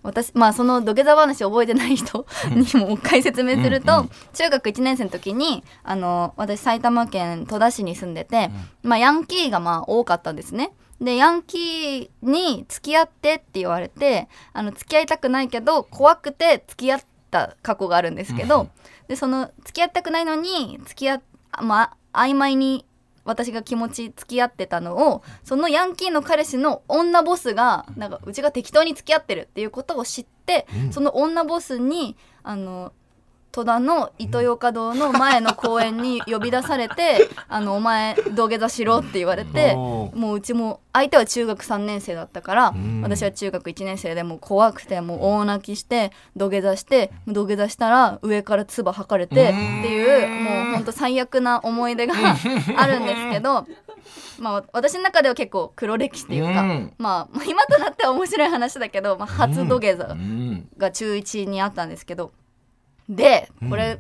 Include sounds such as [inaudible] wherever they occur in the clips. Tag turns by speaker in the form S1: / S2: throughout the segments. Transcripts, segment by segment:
S1: 私まあその土下座話覚えてない人にももう一回説明すると、中学1年生の時にあの私埼玉県戸田市に住んでて、まあ、ヤンキーがまあ多かったんですね。でヤンキーに付き合ってって言われてあの付き合いたくないけど怖くて付き合った過去があるんですけど、でその付き合いたくないのに付き合っまあ曖昧に私が気持ち付き合ってたのをそのヤンキーの彼氏の女ボスがなんかうちが適当に付き合ってるっていうことを知って、その女ボスにあの戸田の糸魚川堂の前の公園に呼び出され [laughs] て「あのお前土下座しろ」って言われて
S2: おー
S1: もううちも相手は中学3年生だったから私は中学1年生でもう怖くてもう大泣きして土下座して土下座したら上から唾吐かれてっていうもうほんと最悪な思い出 [laughs] があるんですけど。まあ、私の中では結構黒歴史っていうか、
S2: うん
S1: まあ、今となっては面白い話だけど、まあ、初土下座
S2: うん
S1: が中1にあったんですけどでこれ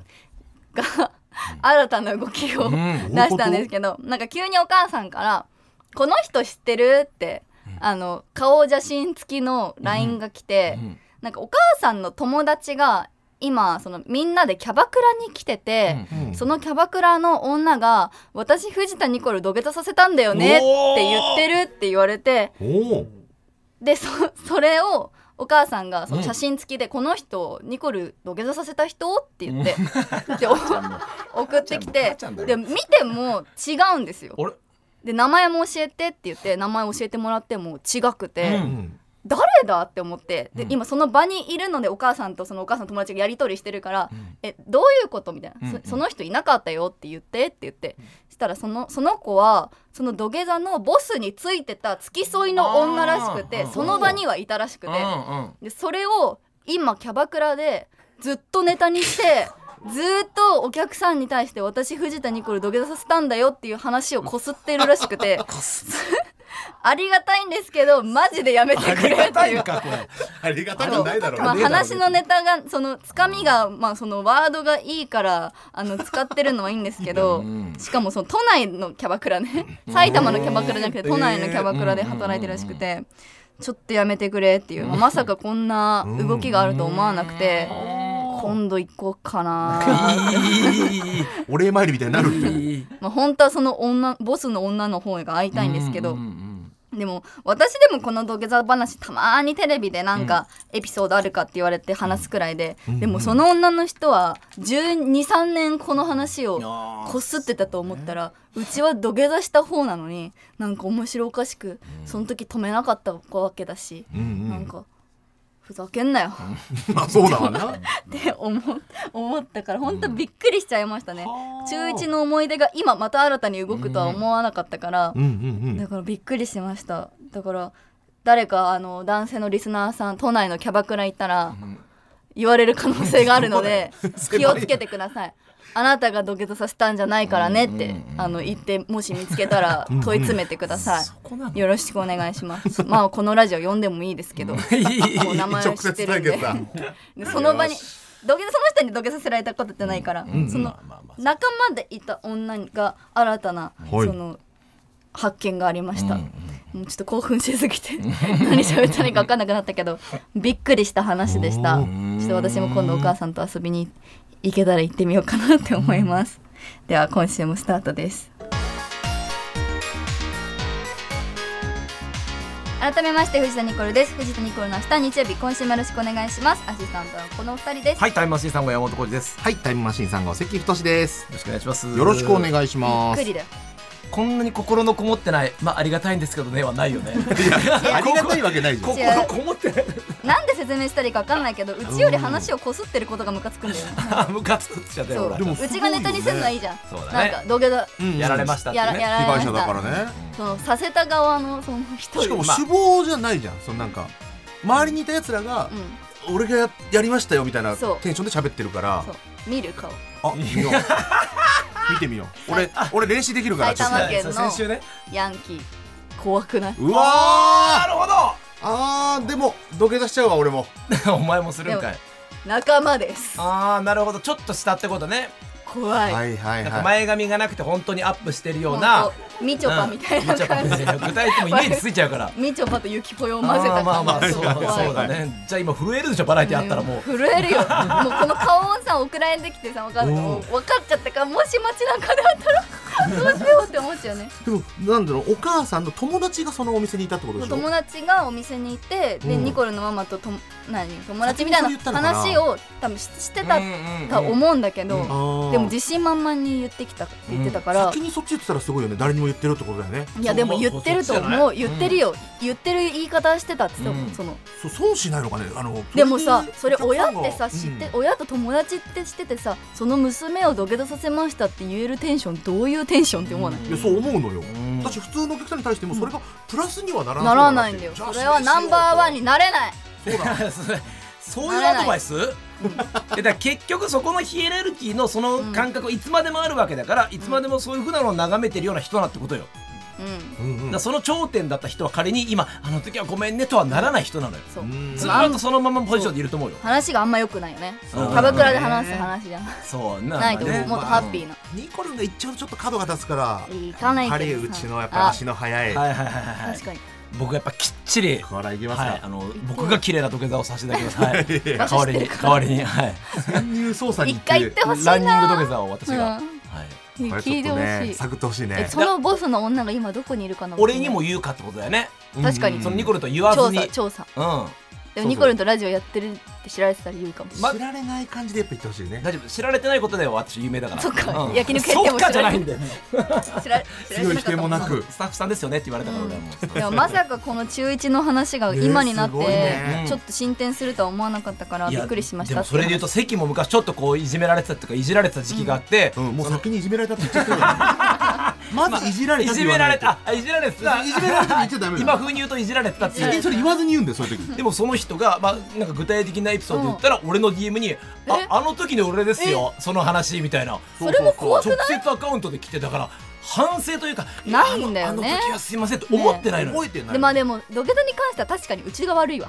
S1: が、 [laughs] 新たな動きを
S2: う
S1: 出
S2: ん
S1: したんですけど、なんか急にお母さんから「この人知ってる?」って、あの顔写真付きの LINE が来て、
S2: うん
S1: なんかお母さんの友達が今そのみんなでキャバクラに来てて。
S2: うん
S1: そのキャバクラの女が「私藤田ニコル土下座させたんだよね」って言ってるって言われて
S2: おー
S1: でそ [laughs] それをお母さんがそ
S2: うん
S1: の写真付きで「この人ニコル土下座させた人?」って言ってでお送ってきて
S2: 母ちゃんだよ
S1: で見ても違うんですよ
S2: あ。れ
S1: で名前も教えてって言って名前教えてもらっても違くて、
S2: うん
S1: 誰だって思ってで、今その場にいるのでお母さんとそのお母さんの友達がやり取りしてるから「えどういうこと?」みたいな、そ
S2: うん
S1: その人いなかったよ」って言ってって言ってしたらそのその子はその土下座のボスについてた付き添いの女らしく
S2: あ
S1: て
S2: ー
S1: その場にはいたらしく
S2: う
S1: て
S2: んうん
S1: でそれを今キャバクラでずっとネタに
S2: [laughs]
S1: して。ずーっとお客さんに対して私藤田ニコル土下座させたんだよっていう話をこすってるらし
S2: [laughs]
S1: くて [laughs] ありがたいんですけどマジでやめてくれっていう
S2: 過去ありがた
S1: そうまあ、話のネタがそのつかみが、まあ、そのワードがいいからあの使ってるのはいいんですけど
S2: うん
S1: しかもその都内のキャバクラね埼玉のキャバクラじゃなくて都内のキャバクラで働いてるらしくてちょっとやめてくれっていうまさかこんな動きがあると思わなくて今度行こうかな
S3: お礼参りみたいになるっていう。
S1: まあ本当はその女ボスの女の方が会いたいんですけど
S2: うんうん
S1: でも私でもこの土下座話たまーにテレビでなんかエピソードあるかって言われて話すくらいで、でもその女の人は123年この話をこすってたと思ったらうちは土下座した方なのになんか面白おかしくその時止めなかったわけだし、なんかふざけんなよ
S3: まあそうだわな。
S1: って思う思ったから本当びっくりしちゃいましたね、中1の思い出が今また新たに動くとは思わなかったから、
S3: うんうん
S1: だからびっくりしましただから誰かあの男性のリスナーさん都内のキャバクラ行ったら言われる可能性があるので気をつけてくださいあなたが土下座させたんじゃないからねってあの言ってもし見つけたら問い詰めてくださいよろしくお願いしますまあこのラジオ呼んでもいいですけどもう名前を知ってるんで
S3: 直接対決だ
S1: でその場に土下座その人に土下座させられたことってないから、その仲間でいた女が新たな、
S3: はい
S1: その発見がありました、もうちょっと興奮しすぎて [laughs] 何喋ったらいいか分かんなくなったけどびっくりした話でしたちょっと私も今度お母さんと遊びに行けたら行ってみようかなって思いますでは今週もスタートです改めまして藤田ニコルです藤田ニコルの明日日曜日今週もよろしくお願いしますアシスタントはこのお二人です、
S4: はい、タイムマシーンさんが山本浩二です。よ
S3: はい、タイムマシーンさんが関太です。
S4: ろしくお願いします。
S3: よろしくお
S4: い。
S3: 願いし
S1: び
S3: ま
S1: っ
S3: す。
S1: くりだよ
S4: こんなに心のこもってない、まあありがたいんですけどねはない
S1: [laughs]
S4: よね。
S3: ありがたいわけないじゃん。
S4: 心こもってない。
S1: なんで説明したらいいかわかんないけどうちより話をこすってることがムカつくんだよね
S4: あムカつくっちゃったよ。
S1: そ
S4: ほ
S1: う
S4: ら
S3: でもすご
S1: う
S3: いよね
S1: ちがネタにするのはいいじゃん
S4: そうだ
S1: な
S4: ね
S1: んか土下座
S3: うん
S4: やられましたって
S1: やら
S4: ね。
S1: やら
S3: 被
S1: れま
S3: 害
S1: し
S3: 者
S1: た
S3: だからね。
S1: そのさせた側のその人
S3: しかも
S1: よ
S3: 首謀じゃないじゃん。そのなんか周りにいた奴らが
S1: りうん
S3: 俺がややりましたよみたいな
S1: そう
S3: テンションで喋ってるから
S1: そ。う見る顔
S3: あ、見よう。見てみよう。俺俺練習できるから。ちょっと
S1: 埼玉県の
S4: そう先週ね。
S1: ヤンキー怖くないう
S3: わー。
S4: なるほ
S3: あーでも土下座しちゃうわ俺も。
S4: ど。お [laughs] 前もするんかい。
S1: 仲間です
S4: ああなるほど。ちょっと下ってことね。
S1: 怖い、
S3: はいはい
S4: なんか
S3: はい。
S4: 前髪がなくて本当にアップしてるような
S1: ほん。とみちょぱみたいな
S4: うんみちょぱ
S1: 感
S4: みた
S1: じ、
S4: いな具体的にもイメージついちゃうから。
S1: みちょぱとゆきぽよを混ぜた感
S4: ああ
S1: じ
S4: まあまあそうだ
S1: 怖い
S4: そうだね。じゃあ今震えるでしょバラエティあったらもう。
S1: 震えるよもうこの顔をさ送られてきてさ分かるもう分かっちゃったからもし街中であったらどうしようって思っちゃうね
S3: でもなんだろうお母さんの友達がそのお店にいたってことでしょ。
S1: 友達がお店にいてで、
S3: うん
S1: ニコルのママととも何友達みたいな
S3: 先にそれ言ったのかな
S1: 話を多分ししてたと
S4: た
S1: 思うんだけど、
S4: うん
S3: あー
S1: でも自信満々に言ってきたって言ってたから、
S3: 先にそっち言ってたらすごいよね誰にも言ってるってことだよね
S1: いやでも言ってると
S4: そうそう
S1: 思
S4: そううじゃ
S1: 言
S4: ない
S1: ってるよ、言ってる言い方してたって言ってたもん
S4: うん
S1: そ
S3: そ
S1: の
S3: 損しないのかねあの
S1: でもさそ
S3: れ
S1: れ
S3: で
S1: 親ってさ
S3: お客
S1: 知
S3: さ
S1: っ
S3: んが
S1: て、親と友達ってしててさその娘を土下座させましたって言えるテンションどういうテンションって思わない、
S3: いやそう思うのよ
S4: うん
S3: 私普通のお客さんに対してもそれがプラスにはなら
S1: ならないんだよ
S3: じゃあ
S1: それはナンバーワンになれない
S3: そうだ
S4: それそういうアドバイス、えだから結局そこのヒエラルキーのその感覚いつまでもあるわけだからいつまでもそういうふうなのを眺めてるような人だってことよ、
S1: うん
S3: うんう
S4: だ
S3: ん
S4: からその頂点だった人は仮に今あの時はごめんねとはならない人なのよ
S1: そう
S3: うん
S4: ずーっとそのままポジションでいると思うよ
S1: 話があんま良くないよね
S4: そう
S1: キャバクラで話す話じゃな
S4: そう
S1: な
S4: ないん
S1: と
S4: か
S1: 思う
S4: ね
S1: もっとハッピーな
S3: ニコルンが言っちゃうとちょっと角が立つから
S1: 行かない
S3: ハ
S1: け
S3: リ
S1: ど
S3: ー
S1: さ
S3: うちのやっぱ足の速い
S4: はいはいはいはい
S1: 確かに
S4: 僕やっぱきっちり
S3: こらいきます
S4: は
S3: か
S4: い、あの僕が綺麗な土下座をさせていただきます、
S1: [laughs]
S4: はい、代
S1: 場所
S4: わ
S1: 知っ
S4: り
S1: てるか
S4: に
S1: ら
S4: 代わりに、はい、
S3: 潜入捜査に行
S1: 一回行ってほしいな
S4: ランニング土下座を私が、
S1: うん
S4: はい、
S3: これち
S1: 聞
S3: ょ
S1: い
S3: ってと
S1: ほ
S3: ね
S1: しい
S3: 探ってほしい
S1: え
S3: ね
S1: そのボスの女が今どこにいるかな
S4: 俺にも言うかってことだよね、
S1: 確かに
S3: うん
S4: そのニコルと言わず
S1: 調
S4: に
S1: 査調査
S4: うん
S1: でもニコルンとラジオやってるって知られてたら言うかも
S4: ま
S3: 知られない感じでやっぱ言ってほしいね
S4: 大丈夫知られてないことでは私有名だから
S1: そっか
S4: うん
S1: 焼肉やっても
S4: そっかじゃないんだよ
S1: 知ら知られ
S3: 強い
S1: てな
S3: 否
S1: かっ
S3: 定
S1: た
S3: も
S1: もん
S3: なく
S4: スタッフさんですよねって言われたから俺はもう
S1: [laughs] でもまさかこの中1の話が今になっ
S3: ねすごい
S1: て
S3: ね
S1: ちょっと進展するとは思わなかったから
S4: い
S1: び
S4: や
S1: っくりしまし
S4: で
S1: た
S4: もそれで言うと関も昔ちょっとこういじめられてたっていうかいじられてた時期があって、
S3: うんもう
S4: その
S3: 先にいじめられたって言っちゃったよ [laughs] まずいじられ
S4: い
S3: たって言
S4: じめ
S3: わ
S4: ら
S3: な
S4: れ
S3: いと
S4: たあいじられてた
S3: いじめられたって言っちゃダメだよ
S4: 今風に言うといじられてたっていう
S3: 先にそれ言わずに言うんだよそういう時
S4: でもその人が、まあ、なんか具体的なエピソード言ったら俺の DM に「ああの時の俺ですよその話」みたいな
S3: それも怖
S4: 直接アカウントで来てだから反省というか「いや
S1: ないんだよね
S4: あのあの時はすいません」って思ってないのよ、
S3: 覚えてない
S1: でまあでも土下座に関しては確かにうちが悪いわ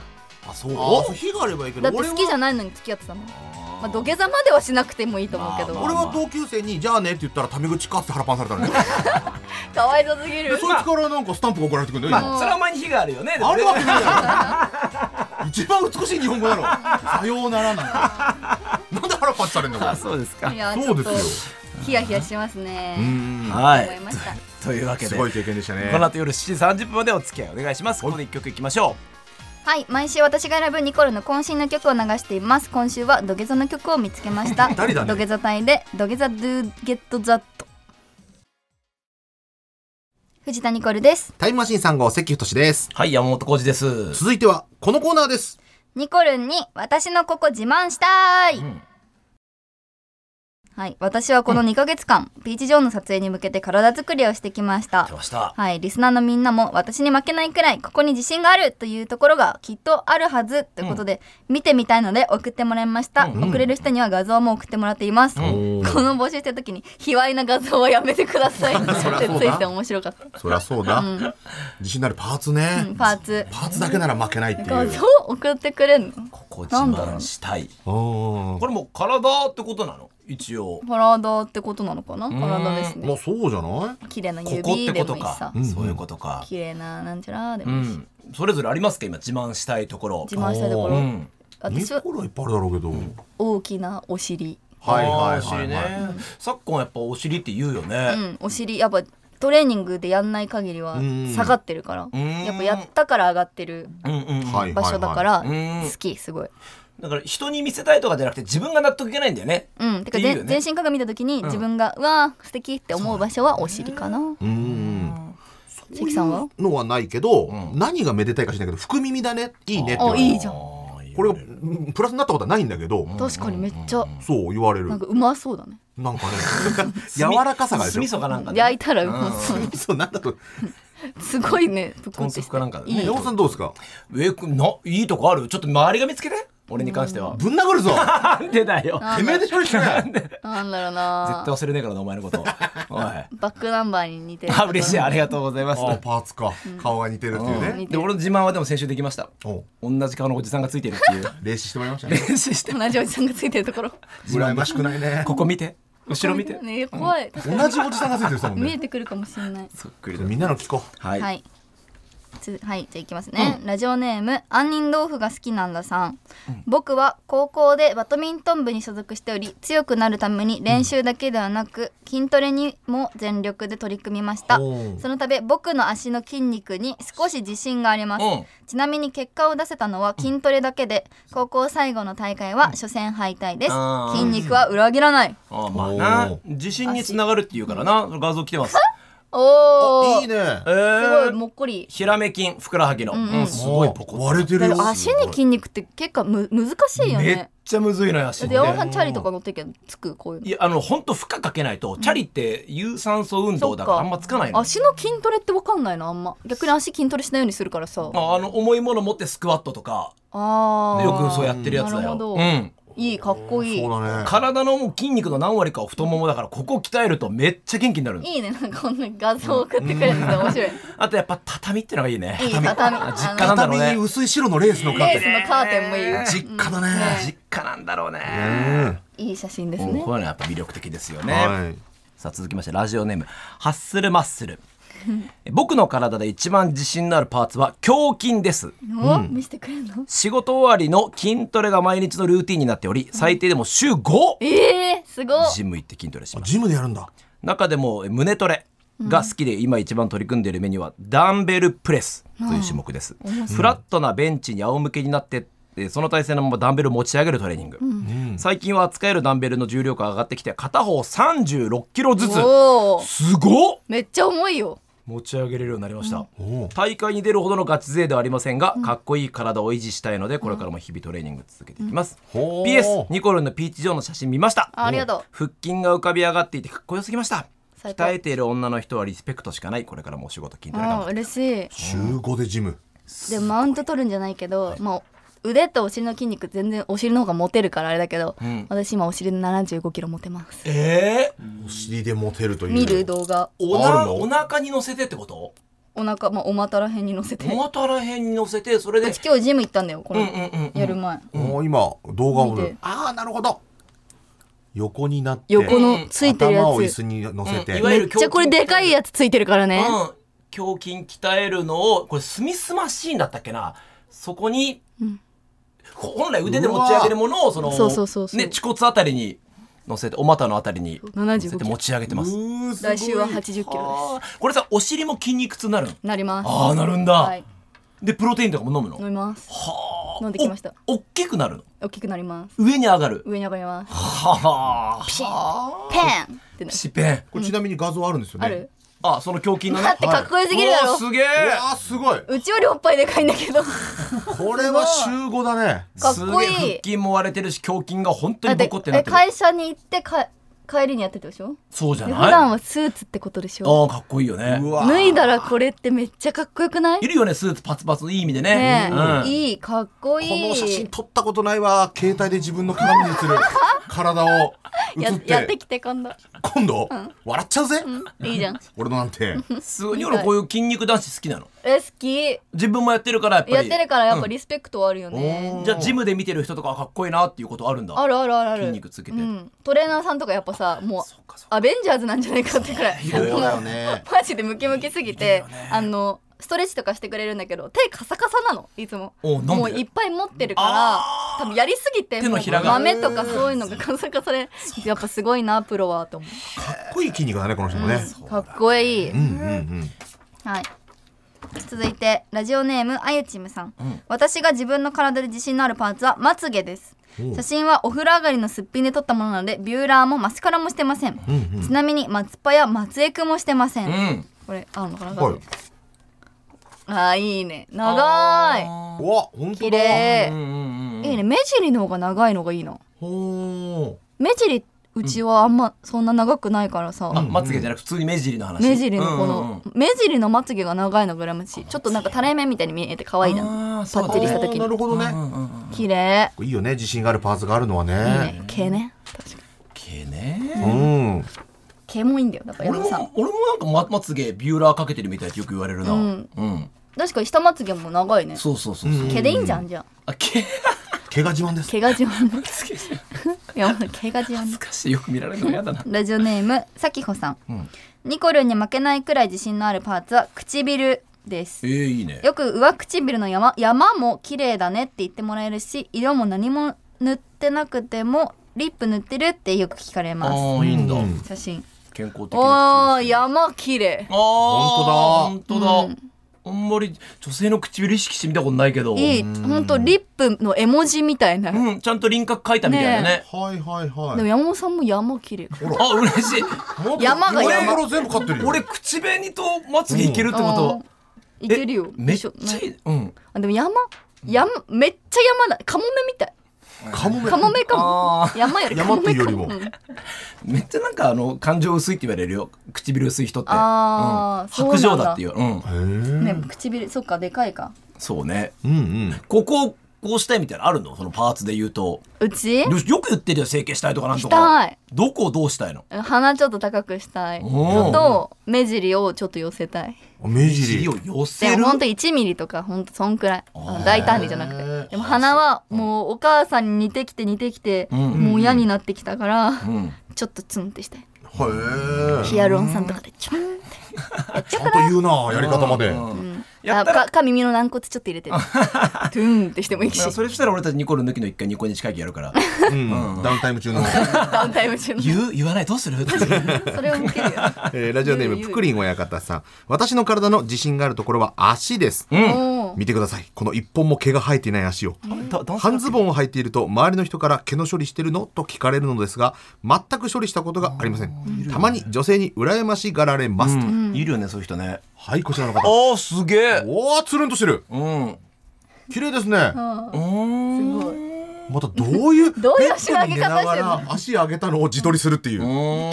S4: あそう
S3: あそう火があればいいけど
S1: だって好きじゃ
S3: ない
S1: ないのに付き合ってたもんま
S4: ま
S1: あ、土下座まではしなくてもいいと思うけど、
S4: まあ
S3: 俺は同級生に「じゃあね」って言ったらタメ口かって腹パンされたの [laughs] ね
S1: かわいそうすぎ
S3: で
S1: る
S3: そいつからなんかスタンプが送られてくるんだよ
S4: まあ、それはお前に非があるよね。で
S3: 今
S4: も
S3: あ
S4: ね
S3: るわけないだろ一番美しい日本語だろさようならなんだなんで腹パンされんのか
S4: あ、そうですか
S1: い。やち
S3: そ
S1: ょ
S3: う
S1: っ
S3: で
S1: と
S3: す
S1: ヒヤヒヤします
S3: よう
S1: ね
S3: ん
S4: は
S1: 思い
S4: い。
S1: ました
S4: というわけ
S3: す
S4: で、
S3: ごい
S4: こ
S3: 経験でしたね
S4: の後夜7時30分までお付き合いお願いします。ここで一曲いきましょ
S1: はい毎週私が選ぶニコルの渾身の曲を流しています今週は土下座の曲を見つけまし
S3: [laughs]
S1: た
S3: 誰だね
S1: 土下座隊で土下座 Do Get That 藤田ニコルです
S3: タイムマシーン3号関太です
S4: う。はい、山本浩二です。
S3: 続いてはこのコーナーです
S1: ニコルンに私のここ自慢したい、
S4: ん
S1: はい私はこの2ヶ月間、ビーチ上の撮影に向けて体作りをしてきました
S4: 来ました。
S1: はい、リスナーのみんなも私に負けないくらいここに自信があるというところがきっとあるはずということで、見てみたいので送ってもらいました、送れる人には画像も送ってもらっています、この募集してる時に卑猥な画像はやめてくだ
S4: [laughs]
S1: さいって
S3: そりゃそうだ
S1: ついて面白かった、
S3: そりゃそうだ自信のあるパーツね
S1: うん、パーツ
S3: パーツだけなら負けないって
S1: 画
S3: いう
S1: 像送ってくれんの
S4: ここ自慢したい。
S3: あ
S4: これもう体ってことなの一応。
S1: 体ってことなのかな体です
S3: あま
S1: ね
S3: あそうじゃない
S1: 綺麗な
S4: ここっ
S1: 指
S4: て
S1: でも
S4: こと
S1: いいしさ
S4: か。そういうことか。
S1: 綺麗ななんちゃらで
S4: う
S1: もいいし、
S4: ん。それぞれありますか今、自慢したいところ。
S1: 自慢したいところ、
S4: うん。
S3: ニ
S1: 私は
S3: コルはいっぱいあるだろうけどは
S1: 大きなお尻
S4: お尻ね。昨今やっぱお尻って言うよ
S1: う
S4: ね。
S1: んお尻やっぱトレーニングでやんない限りは
S3: うん
S1: 下がってるから
S4: ん
S1: やっぱやったから上がってる
S4: うんうんうん
S3: はい
S1: 場所だから
S4: うん
S1: 好きすごい。
S4: だから人に見せたいとかじゃなくて自分が納得いけないんだよね
S1: うん、てか
S4: ってい
S1: ぜ
S4: うよ
S1: ん
S4: ね
S1: 全身鏡見た時に自分が、うわー素敵って思う場所はお尻かな、
S3: うん
S1: 関さんは
S3: のはないけど、何がめでたいかしないけど福耳だねいいねって言わ
S1: あ
S3: れる
S1: いいじゃん
S3: これがうんプラスになったことはないんだけど、
S1: 確かにめっちゃ
S3: そう言われる
S1: なんかうまそうだね
S3: なんかね柔らかさがでし
S4: み
S3: ょ
S4: そかなんか
S1: 焼いたらうまそう、
S3: そうなんだと
S1: すごいねぷく
S4: 豚
S1: って
S4: 足
S1: し
S4: か
S1: て
S4: なんか
S3: 山本さんどうですか
S4: えーくないいとこあるちょっと周りが見つけて俺に関しては
S3: ぶん殴る [laughs] ぞ
S4: なんでだよ絶
S3: てめえで処理しない
S1: なんだろう
S4: 対
S1: な
S4: 忘れねえからなお前の [laughs] ことおい
S1: バックナンバーに似てる
S4: あ嬉しいありがとうございます
S3: あパーツか顔が似てるっていうね
S1: 似て
S4: で
S1: る
S4: 俺の自慢はでも先週できました
S3: お
S4: 同じ顔のおじさんがついてる [laughs] っていう
S3: 練習してもらいましたね
S4: 練習して
S1: 同じおじさんがついてるところ
S3: 羨ましくないね
S4: ここ見て後ろ見て
S1: ね怖い、確かに
S3: 同じおじさんがついてる人だもん
S1: 見え
S3: ね
S1: てくるかもしれない
S4: そっくりだ
S3: みんなの聞こ
S4: は
S1: はいいつはいじゃあいきますね、ラジオネーム杏仁豆腐が好きなんださん、僕は高校でバドミントン部に所属しており強くなるために練習だけではなく、筋トレにも全力で取り組みました
S3: おう
S1: そのため僕の足の筋肉に少し自信があります、
S4: うん
S1: ちなみに結果を出せたのは筋トレだけで高校最後の大会は初戦敗退です
S4: あー
S1: 筋肉は裏切らない
S4: あまあ
S3: お
S4: な
S3: ー
S4: 自信につながるっていうからな画像来てます
S1: お
S3: う
S1: お
S3: いいね
S4: え
S1: すごい
S4: ー
S1: もっこり
S4: ひらめきんふくらはぎのうんすごいポコ
S3: 割れてる
S1: だ
S3: よ
S1: から足に筋肉って結構む難しいよ
S4: めっ
S1: ね
S4: ちゃむずいのよ足
S1: だ
S4: っ
S1: ってて山本さんチャリとか乗ってるけどつくこういうの
S4: いやあの本当負荷かけないとチャリって有酸素運動だからあんまつかないの
S1: 足の筋トレってわかんないのあんま逆に足筋トレしないようにするからさあ
S4: ああの重いもの持ってスクワットとか
S1: あー
S4: よくそうやってるやつだ
S1: なる
S4: よ
S1: ほど
S4: うん
S1: いいかっこいい
S3: そうだね
S4: 体のもう筋肉の何割かを太ももだからここを鍛えるとめっちゃ元気になる
S1: いいねなんかこんな画像送ってくれてて面白い、
S4: あとやっぱ畳ってのがいいね
S1: いい畳
S4: あ
S1: あ
S4: 実
S1: の
S4: 家なんだろ
S3: 畳
S4: う
S3: に
S4: ね
S3: 薄い白のレースのカーテ
S1: レースのカーテンもいいよ
S3: 実家だね
S4: 実家なんだろうね
S1: いい写真です
S4: うん
S1: ね
S4: こういうのやっぱ魅力的ですよね、
S3: はい
S4: さあ続きましてラジオネームハッスルマッスルえ僕の体で一番自信のあるパーツは胸筋です
S1: お、見せてくれるの
S4: 仕事終わりの筋トレが毎日のルーティンになっており最低でも週 5!
S1: えー、すごっ
S4: ジム行って筋トレします
S3: ジムでやるんだ
S4: 中でもえ胸トレが好きで今一番取り組んでいるメニューはダンベルプレスという種目です、フラットなベンチに仰向けになってえその体勢のままダンベルを持ち上げるトレーニング、最近は扱えるダンベルの重量が上がってきて片方3 6キロずつ
S1: おー
S4: すごっ
S1: めっちゃ重いよ
S4: 持ち上げれるようになりました、
S3: おう
S4: 大会に出るほどのガチ勢ではありませんが、かっこいい体を維持したいのでこれからも日々トレーニング続けていきます、
S3: ほう
S4: PS ニコルンのピーチ上の写真見ました
S1: あありがとう
S4: 腹筋が浮かび上がっていてかっこよすぎました
S1: 最高
S4: 鍛えている女の人はリスペクトしかないこれからもお仕事筋トレ頑
S1: あ
S4: 張
S1: ー
S4: って
S1: 嬉し
S3: 週5でジム
S1: いでもマウント取るんじゃないけど、まあ腕とお尻の筋肉全然お尻の方がモテるからあれだけど、
S4: ん
S1: 私今お尻で75キロ持てます
S4: えー、
S3: お尻でモテるという
S1: 見る動画
S4: お
S3: ある
S4: な
S3: の
S4: お腹に乗せてってこと
S1: お腹まあお股ら辺に乗せて
S4: お股ら辺に乗せてそれで
S1: 私今日ジム行ったんだよこ
S4: うん
S1: れ、
S4: うんうん
S1: やる前
S3: おー今動画を
S1: 見て
S3: ああなるほど横になって
S1: 横のついてるや
S3: 頭を椅
S1: つ
S3: 子に乗せ
S4: うん
S3: て、
S4: いわゆる
S1: めっちゃこれでかいやつついてるからね、
S4: うん、胸筋鍛えるのをこれスミスマシーンだったっけなそこに、ほ本来腕で持ち上げるものをその
S1: そうそうそうそう
S4: ね恥骨あたりに乗せてお股のあたりに乗せて持ち上げてます
S3: うーすごい
S1: 来週は80キロ
S4: あーこれさお尻も筋肉痛になるの
S1: ですなります
S4: ああなるんだ、
S1: はい
S4: でプロテインとかも飲む
S1: 飲
S4: の
S1: みます
S4: はあ
S1: 飲んできました
S4: おっきくなるの
S1: 大きくなります
S4: 上に上がる
S1: 上に上がります
S4: はあ
S1: ピンペンってな
S4: シペン
S3: これちなみに画像あるんですよね
S1: ある
S4: あその胸筋のね
S1: だってかっこよすぎるだ
S4: う
S1: ろ
S4: わすげえ
S3: うわーすごいう
S1: ちよりおっぱいでかいんだけど
S3: これは週5だね
S1: かっこい
S4: すげ
S1: い
S4: え腹筋も割れてるし胸筋が本当
S1: だ
S4: に
S1: って
S4: ボコってなっ
S1: え
S4: てる
S1: 会社に行ってか帰りにやってたでしょ
S4: そうじゃ
S1: で
S4: ない
S1: 普段はスーツってことでしょ
S4: ああかっこいいよね
S3: うわ
S1: 脱いだらこれってめっちゃかっこよくない
S4: いるよねスーツパツパツのいい意味でね
S1: ねえ、
S4: うん、
S1: いいかっこいい
S3: この写真撮ったことないわ携帯で自分の鏡に映
S1: [laughs]
S3: る体を映
S1: や
S3: っ
S1: やって
S3: て
S1: きて今度
S3: 今度笑っちゃうぜ
S1: いいじゃん
S3: 俺のなんて
S4: すごいニョロこういう筋肉男子好きなの
S1: え好き
S4: 自分もやってるからやっぱ
S1: やっ
S4: り
S1: てるからやっぱリスペクトはあるよ
S3: う
S1: ね
S3: ん、
S4: じゃあジムで見てる人とかあかっこいいなっていうことあるんだ
S1: あるあるあるある
S4: 筋肉つけて、
S1: うん、トレーナーさんとかやっぱさもう
S4: そっかそっ
S1: [laughs]
S4: か
S1: アベンジャーズなんじゃないかってくらい
S4: そうだよ
S3: ね
S1: もうマジでムキムキすぎて、あのストレッチとかしてくれるんだけど手カサカサなのいつも
S4: おなんで
S1: もういっぱい持ってるから多分やりすぎて
S4: 手の
S1: も
S4: ひら
S1: う
S4: が
S1: 豆とかそういうのがカサカサでやっぱすごいなプロはと思う
S3: っこいい筋肉だねこの人もね、
S1: かっこいい
S3: うんうん
S1: はい続いてラジオネームあゆちむさん、私が自分の体で自信のあるパーツはまつげです写真はお風呂上がりのすっぴんで撮ったものなのでビューラーもマスカラもしてません、ちなみに松葉や松江くんもしてません、
S4: うん
S1: これあるのかな、
S3: うんはい
S1: あーいいね長い
S3: おわ本当
S1: 綺
S3: だ
S1: 麗、
S4: うんうんうん
S1: いいね目尻の方が長いのがいいな
S3: ほ
S1: 目尻うちはあんまそんな長くないからさ、
S4: あまつげじゃなく普通に目尻の話
S1: 目尻のこ
S4: うんうんう
S1: の
S4: ん、
S1: 目尻のまつげが長いのが羨ましいちょっとなんか垂れ目みたいに見えて可愛いじゃん
S4: あー
S1: パ
S4: そう
S1: ッ
S4: だ
S1: チ
S3: ー
S1: リし
S4: ね
S1: た時
S3: なる
S1: に
S3: ほどね、
S1: 綺麗
S3: いいよね自信があるパーツがあるのはい
S1: い
S3: ね
S1: ね毛ね
S4: 毛ね
S3: うん
S1: 毛もいいんだよだから
S4: 俺
S1: 山
S4: も
S1: 田さん
S4: 俺もなんかままつげビューラーかけてるみたいってよく言われるな
S1: うん
S4: うん
S1: 確かに下まつげも長いね
S4: そうそうそうそう
S1: 毛でいいんじゃんじゃあ
S4: あ毛
S3: 毛が自慢です
S1: 毛が自慢の
S4: つけ恥 [laughs]
S1: いや毛が自慢の
S4: ずかしいよく見られるの嫌だな
S1: ラジオネームさきほさん、
S4: ん
S1: ニコルに負けないくらい自信のあるパーツは唇です
S4: えー、いいね
S1: よく上唇の山山も綺麗だねって言ってもらえるし色も何も塗ってなくてもリップ塗ってるってよく聞かれ
S4: あ
S1: ま
S4: ーいいんだ、
S3: うん
S1: す写真
S4: 健康的
S1: お
S4: な
S1: ー山綺麗
S4: ああ
S3: 本
S4: 当だ本当だ、あんまり女性の唇意識してみたことないけど
S1: いいほんとリップの絵文字みたいな、
S4: うんちゃんと輪郭描いたみたいなね
S3: はいはい
S1: で
S3: は
S1: も
S3: い
S1: 山本さんも山綺麗
S4: あ嬉しい
S1: 山が山
S3: 俺全部買ってるよ
S4: 俺口紅とまつげいけるってこと、
S1: うんいけるよ
S4: えめっ
S1: 一
S4: ち
S1: 緒
S4: ゃいいうん
S1: あでも山山めっちゃ山だカモメみたい
S3: カモメ
S1: カモメかも
S4: あ
S1: 山よりカ
S3: 山
S1: モ
S3: ってい
S1: メ
S3: う
S1: か
S3: よ
S1: も
S3: りも
S1: うん
S4: めっちゃなんかあの感情薄いって言われるよ唇薄い人って
S1: あー
S4: うん
S1: そうなんだ
S4: 白状だっていううん
S3: へー
S1: ね唇そっかでかいか
S4: そうね
S3: うんうん
S4: ここをこうしたいみたいなのあるのそのパーツで言うと
S1: うち
S4: よよく言ってるよ整形したいとかなんとか
S1: したい
S4: どこをどうしたいの
S1: 鼻ちょっと高くしたい
S4: おー
S1: と目尻をちょっと寄せたい
S3: あ目尻
S4: 尻を寄せ
S1: で
S4: る
S1: もほんと1ミリとかほんとそんくらいあの大胆にじゃなくてでも鼻はもうお母さんに似てきて似てきて
S4: ん
S1: もう嫌になってきたから
S4: うん
S1: ちょっとツンってしたい
S3: へえ
S1: ヒアルロン酸とかでちょんって
S3: ちゃんと言うなやり方まで
S4: うんや
S1: あ
S4: ったら
S1: かか耳の軟骨ちょっと入れてるトゥーンってしてもいいし
S4: それしたら俺たちニコル抜きの一回ニコニチ会議やるから [laughs]
S3: うんダウンタイム中の
S1: ダウンタイム中の
S4: 言う言わない [laughs] どうするって
S1: それを受けるよ
S3: えーラジオネームぷくりん親方さん私の体の自信があるところは足です
S1: も
S3: 見てくださいこの一本も毛が生えていない足を
S4: どどうする
S3: 半ズボンを履いていると周りの人から毛の処理してるのと聞かれるのですが全く処理したことがありませんたまに女性に羨ましがられます、
S4: うんいるよねそういう人ね
S3: はいこちらの方
S4: ああすげえ
S3: おおつるんとしてる
S4: うん
S3: 綺麗ですね
S4: うん
S1: うすごい
S3: またどういう
S1: どういう
S3: ベッドに寝なが
S1: 足の上げ方して
S3: ら足上げたのを自撮りするっていう、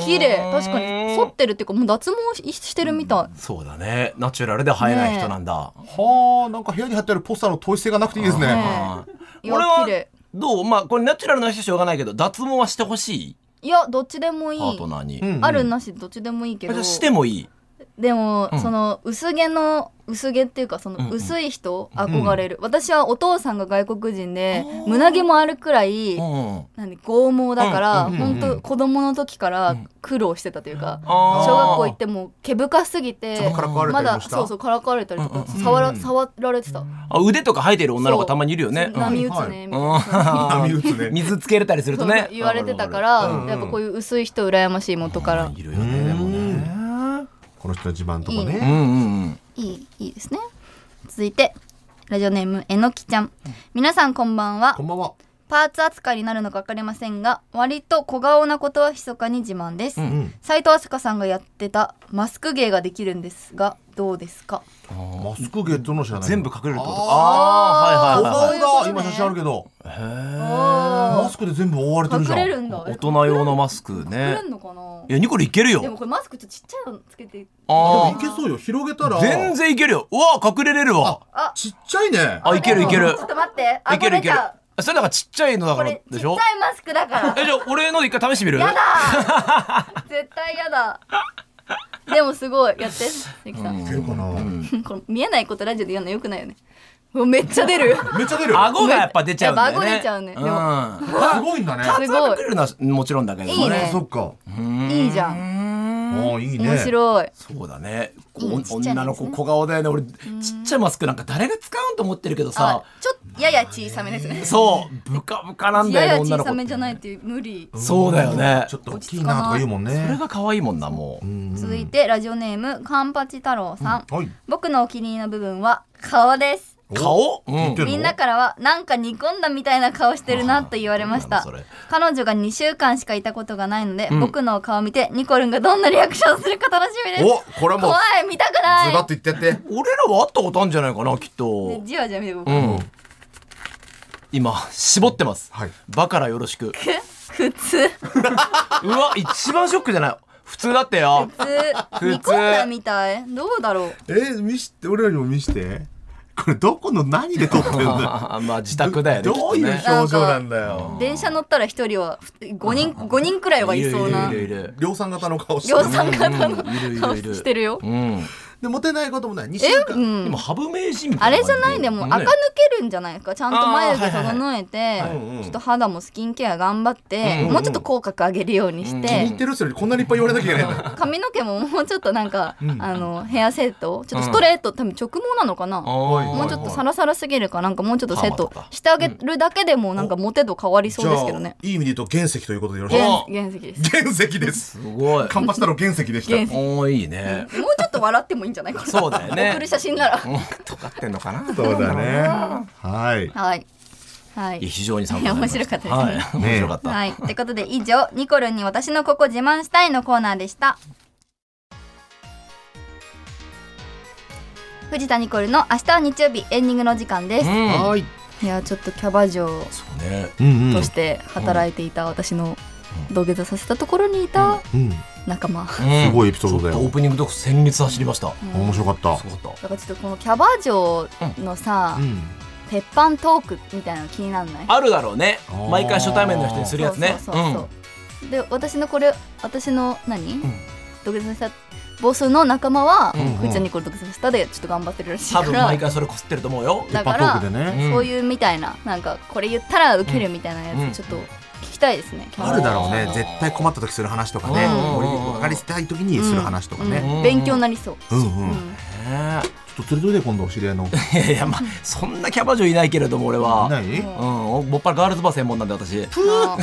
S1: 綺麗確かに反ってるっていうかもう脱毛してるみたい
S4: そうだねナチュラルで生えない人なんだ、
S3: はあなんか部屋に貼ってあるポスターの統一性がなくていいですね
S4: あー
S1: いや
S4: 俺
S1: 綺
S4: は
S1: 麗
S4: どうまあこれナチュラルな人はしょうがないけど脱毛はしてほしい
S1: いやどっちでもいい
S4: パートナーに、
S3: うんうん
S1: あるなしどっちでもいいけ
S4: あじ
S1: ど
S4: ゃあしてもいい
S1: でも、
S4: うん
S1: その薄毛の薄毛っていうかその薄い人憧れる、私はお父さんが外国人で胸毛もあるくらい、
S4: うん
S1: なんで剛毛だから、
S4: うん
S3: うん
S1: 本当子供の時から苦労してたというか、
S4: あー
S1: 小学校行っても毛深すぎて
S3: ちょっとからかわれた
S1: ま
S3: りも
S1: だ
S3: した
S1: そうそうからかわれたりとか、
S4: う
S1: 触ら触られてた、
S4: あ腕とか生えてる女の子たまにいるよね
S1: そう波打
S3: は
S1: つ
S3: い
S1: ね、みたいな
S4: うん
S3: 波打つね
S4: [laughs] 水つけれたりする
S1: そ
S4: と
S1: う
S4: ね
S1: 言われてたか
S4: わ
S1: ら、
S4: るわかる
S1: やっぱこういう薄い人羨ましい元から、
S4: いるよねでもね
S3: この人の自慢とかね
S4: うんうんうん
S1: いいいいですね続いてラジオネームえのきちゃん皆さんこんばんは
S3: こんばんは
S1: パーツ扱いになるのか分かりませんが割と小顔なことは密かに自慢です、
S3: ん
S1: 斉藤飛鳥さんがやってたマスク芸ができるんですがどうですか
S3: マスクゲットの知らない
S4: 全部隠れるってこと
S3: あ
S4: ああー
S3: 小
S4: はいはいはい
S1: そういうこ
S3: 顔だ
S1: とね
S3: 今写真あるけどマ
S1: あ
S3: スクで全部覆われてる
S1: 隠
S3: じゃん
S1: れるんだ
S4: 大人用のマスク
S1: 隠
S4: ね
S1: れんのかない
S4: やニコルいける
S1: でも
S4: よ
S1: これマスクちょっとちっちゃいのつけて
S3: でも
S4: あ
S3: いけそうよ広げたら
S4: あ全然いけるようわ隠れれるわ
S1: あ
S3: ちっちゃいね
S4: あいけるいける
S1: ちょっと待ってあ
S4: いけるい
S1: こ
S4: け
S1: れ
S4: る
S1: だ
S4: それなんかちっちゃいのだ
S1: こ
S4: から
S1: れちっ
S4: で
S1: ち
S4: し
S1: ゃい
S4: ょ
S1: マスクだから
S4: えじゃあ俺ので一回試してみる
S1: やだー [laughs] 絶対やだでもすごいやって関さん
S3: いけるかな、
S1: これ見えないことラジオで言うのよくないよねうわめっちゃ出る
S3: めっちゃ出る
S4: 顎がやっぱ出ちゃうんだよね
S1: やっぱ顎出ちゃうねでも
S4: ん
S3: すごいんだね
S1: すごい
S4: 隠れるのはもちろんだけど
S1: いいね
S3: そっか
S1: いいじゃん
S4: うーん
S3: ああいいね
S1: 面白い
S4: そうだねこ
S1: いいちっちゃい
S4: 女の
S1: やつね
S4: 子小顔だよね俺ちっちゃいマスクなんか誰が使うんと思ってるけど
S1: あ
S4: さ
S1: ちょっとやや小さめですね
S4: そうブカブカなん
S1: や
S4: だ
S1: や
S4: よね女
S1: 小
S4: の子
S1: さ
S4: っ
S1: め
S4: て
S1: じゃないっていう無理
S4: そうだよね
S3: ちょっと大きいなとか言うもんね
S4: それが可愛いもんなもう
S1: 続いてラジオネームカンパチ太郎さん、
S3: はい
S1: 僕のお気に入りの部分は顔です
S4: 顔う
S3: 聞い
S4: ん
S3: てるの
S1: [laughs] みんなからはなんか煮込んだみたいな顔してるなと言われまし
S4: あ
S1: た
S4: そうなのそれ
S1: 彼女が2週間しかいたことがないので、僕の顔を見てニコルンがどんなリアクションするか楽しみです
S3: おこれはもう
S1: 怖い見たく
S3: ズバッ
S1: な
S3: と言ってやって
S4: 俺らは会ったことあるんじゃないかなきっ
S1: い
S4: と
S1: じわじわ見て僕、
S4: うん今絞ってます
S3: はい
S4: バからよろしく
S1: 普通
S4: うわ一番ショックじゃない普通だってよ
S1: 普通煮込んだみたいどうだろう
S3: えー、見して俺らにも見してこれどこの何で撮ってるんだよ
S4: あ [laughs] まあ自宅だよね
S3: どどういう
S4: きっとね
S3: 表情なんだよ
S1: 電車乗ったら一人は5人5人くらいはいそうない
S4: るいる
S3: 量産型の顔して
S1: 量産型の
S4: うんいるいるいる
S1: 顔してるよ
S4: いるうん
S3: でモテないこともない2週間
S4: でもハブ名人みた
S1: あ
S4: いな
S1: れ
S4: 感
S1: じゃ
S4: で
S1: ないでも
S4: ね
S1: 垢抜けるんじゃないですかちゃんと眉毛整えてちょっと肌もスキンケア頑張ってもうちょっと口角上げるようにし
S3: 言
S1: て
S3: ってるそれこんなにいっぱい言われなきゃいけないんだよ
S1: 髪の毛ももうちょっとなんかあのヘアセットちょっとストレート多分直毛なのかな
S4: おい
S1: もうちょっとサラサラすぎるかなんかもうちょっとセット
S4: パーマとか
S1: してあげるだけでもなんかモテ度変わりそうですけどね
S3: じゃあいい意味で言うと原石ということでよろしい
S4: じ
S3: で
S4: ゃ
S1: 原
S4: あ
S1: 原石です
S3: すか原石です
S4: すごい
S3: カンパチ太郎原石でした
S1: 原石
S4: おーいいね
S1: もうちょっと笑ってもいいんじゃないかな
S4: そうだよね
S1: [laughs] 送る写真なら
S4: とかってんのか [laughs] な
S3: そうだねはい
S1: はいはい
S4: いや非常に参考になりまし
S1: いや面白かったですね
S4: はい面白かった
S1: はい。ってことで以上、ニコルンに私のここ自慢したいのコーナーでした。藤田ニコルの明日は日曜日エンディングの時間です。
S4: うん
S3: はい
S1: いやちょっとキャバ嬢
S4: そうね
S3: うん
S1: として働いていた私の土下座させたところにいた
S3: うん
S1: 仲間。
S3: す
S4: す
S3: ごいエピソードだ
S4: オ
S3: よ
S4: ープニングと戦慄走りました
S3: 面白かった
S4: すごかった
S1: だからちょっとこのキャバ嬢のさ、
S3: うん
S1: 鉄板トークみたいなの気になんない？
S4: あるだろうね
S3: あー
S4: 毎回初対面の人にするやつね
S1: そうそうそうそうで私のこれ私の何、土下座したボスの仲間は、
S4: うんう
S1: う
S4: ん
S1: ちのニコル土下座したでちょっと頑張ってるらしい
S4: 多
S1: か
S4: 分
S1: ら
S4: 毎回それこすってると思うよ
S1: だ
S3: パ
S1: か
S3: トー
S1: ら
S3: クでね
S4: うん
S1: そういうみたいななんかこれ言ったらウケるみたいな
S4: うんう
S1: や
S4: ん
S1: つちょっと聞きたいですね、キャバ
S3: あるだろうね絶対困った時する話とかね
S4: うん
S3: 俺に分かりたい時にする話とか
S1: うん
S3: ね
S1: 勉強になりそう、
S3: うんう
S1: うん
S3: ん
S4: ね
S3: ちょっと連れといて今度お知り合いの
S4: [laughs] いやいやまあそんなキャバ嬢いないけれども俺は
S3: な
S1: う
S3: い
S1: ん
S4: うんもっぱらガールズバー専門なんで私
S1: ま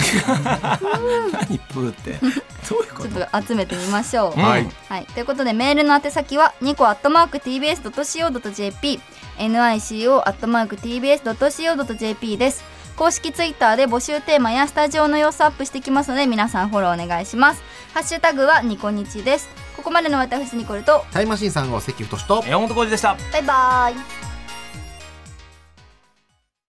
S1: あ
S4: [laughs] 何プーって
S1: [laughs]
S4: どういうこ
S1: ち
S4: と
S1: ょっと集めてみましょう、
S4: うん
S3: はい
S1: はい、ということでメールの宛先はニコアットマーク TBS.CO.JP NICO アットマーク TBS.CO.JP です公式ツイッターで募集テーマやスタジオの様子アップしてきますので皆さんフォローお願いしますハッシュタグはニコニチですここまでの私ニコルと
S3: タイムマシーン3号関太と
S4: 山本浩二でした
S1: バイバイ